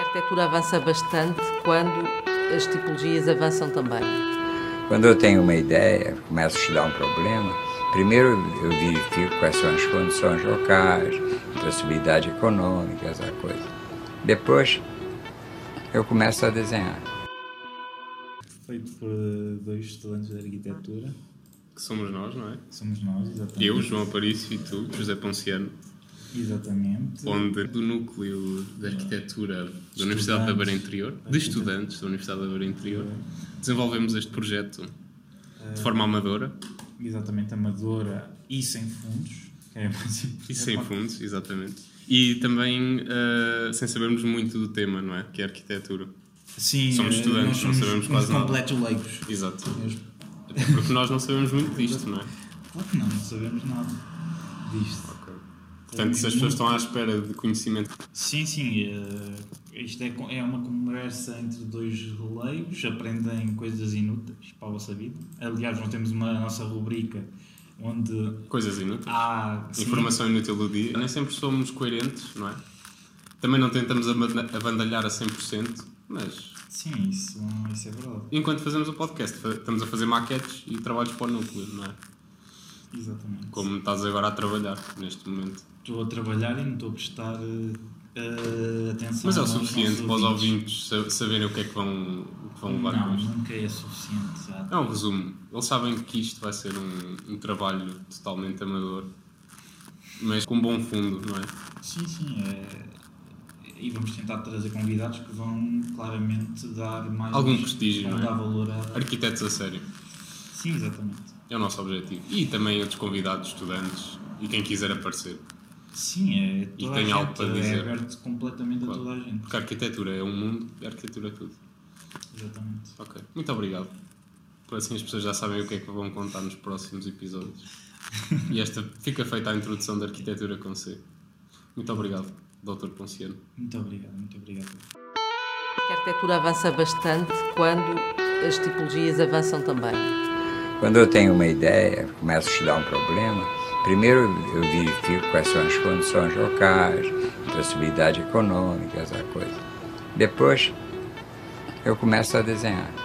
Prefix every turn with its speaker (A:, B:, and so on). A: arquitetura avança bastante quando as tipologias avançam também.
B: Quando eu tenho uma ideia, começo a estudar um problema, primeiro eu verifico quais são as condições locais, possibilidade econômica, essa coisa. Depois eu começo a desenhar.
C: Feito por eh, dois estudantes de arquitetura,
D: Que somos nós, não é?
C: que somos nós, exatamente.
D: Eu, João Aparício e tu, José Ponciano,
C: Exatamente.
D: onde do núcleo de arquitetura da Universidade de Aveiro Interior, de estudantes da Universidade de Aveiro Interior, desenvolvemos este projeto de forma amadora
C: Exatamente, amadora e sem fundos, que é mais importante.
D: e sem fundos, exatamente. E também eh, sem sabermos muito do tema, não é? Que é arquitetura.
C: Sim,
D: Somos
C: eh,
D: estudantes,
C: nós
D: não
C: somos
D: sabemos
C: uns
D: quase nada.
C: completos leigos.
D: Exato.
C: Mesmo.
D: Até porque nós não sabemos muito disto, não é?
C: Claro que não, não sabemos nada disto.
D: Portanto, se as pessoas estão à espera de conhecimento
C: Sim, sim. eh, isto é, co- é uma conversa entre dois leigos, aprendem coisas inúteis para a vossa vida. Aliás, nós temos uma nossa rubrica onde
D: coisas inúteis.
C: há. sim,
D: Informação inútil do dia. Nem sempre somos coerentes, não é? Também não tentamos abanda- abandalhar a 100%, mas
C: Sim, isso, isso é verdade.
D: enquanto fazemos o podcast, fa- estamos a fazer maquetes e trabalhos para o núcleo, não é?
C: Exatamente.
D: Como estás agora a trabalhar neste momento.
C: Estou a trabalhar e não estou a prestar eh, eh, atenção.
D: Mas é o
C: aos
D: suficiente
C: nossos
D: para os ouvintes sa- saberem o que é que vão, o que vão levar com
C: Não,
D: isto.
C: nunca é suficiente. exato.
D: É um resumo. Eles sabem que isto vai ser um, um trabalho totalmente amador, mas com bom fundo, não é?
C: Sim, sim. eh, e vamos tentar trazer convidados que vão claramente dar mais.
D: Algum prestígio,
C: vão
D: não é?
C: dar valor a.
D: Arquitetos a sério.
C: Sim, exatamente.
D: É o nosso objetivo. E também outros convidados, estudantes e quem quiser aparecer.
C: Sim, é toda
D: E tem
C: a
D: algo
C: gente,
D: para dizer.
C: é aberto completamente
D: Claro.
C: a toda a gente.
D: Porque a arquitetura é um mundo e a arquitetura é tudo.
C: Exatamente.
D: Ok. Muito obrigado. Por assim as pessoas já sabem o que é que vão contar nos próximos episódios. E esta fica feita a introdução da arquitetura com C. Muito obrigado, Dr. Ponciano.
C: Muito obrigado, muito obrigado.
A: A arquitetura avança bastante quando as tipologias avançam também.
B: Quando eu tenho uma ideia, começo a estudar um problema, primeiro eu verifico quais são as condições locais, possibilidade econômica, essa coisa. Depois eu começo a desenhar.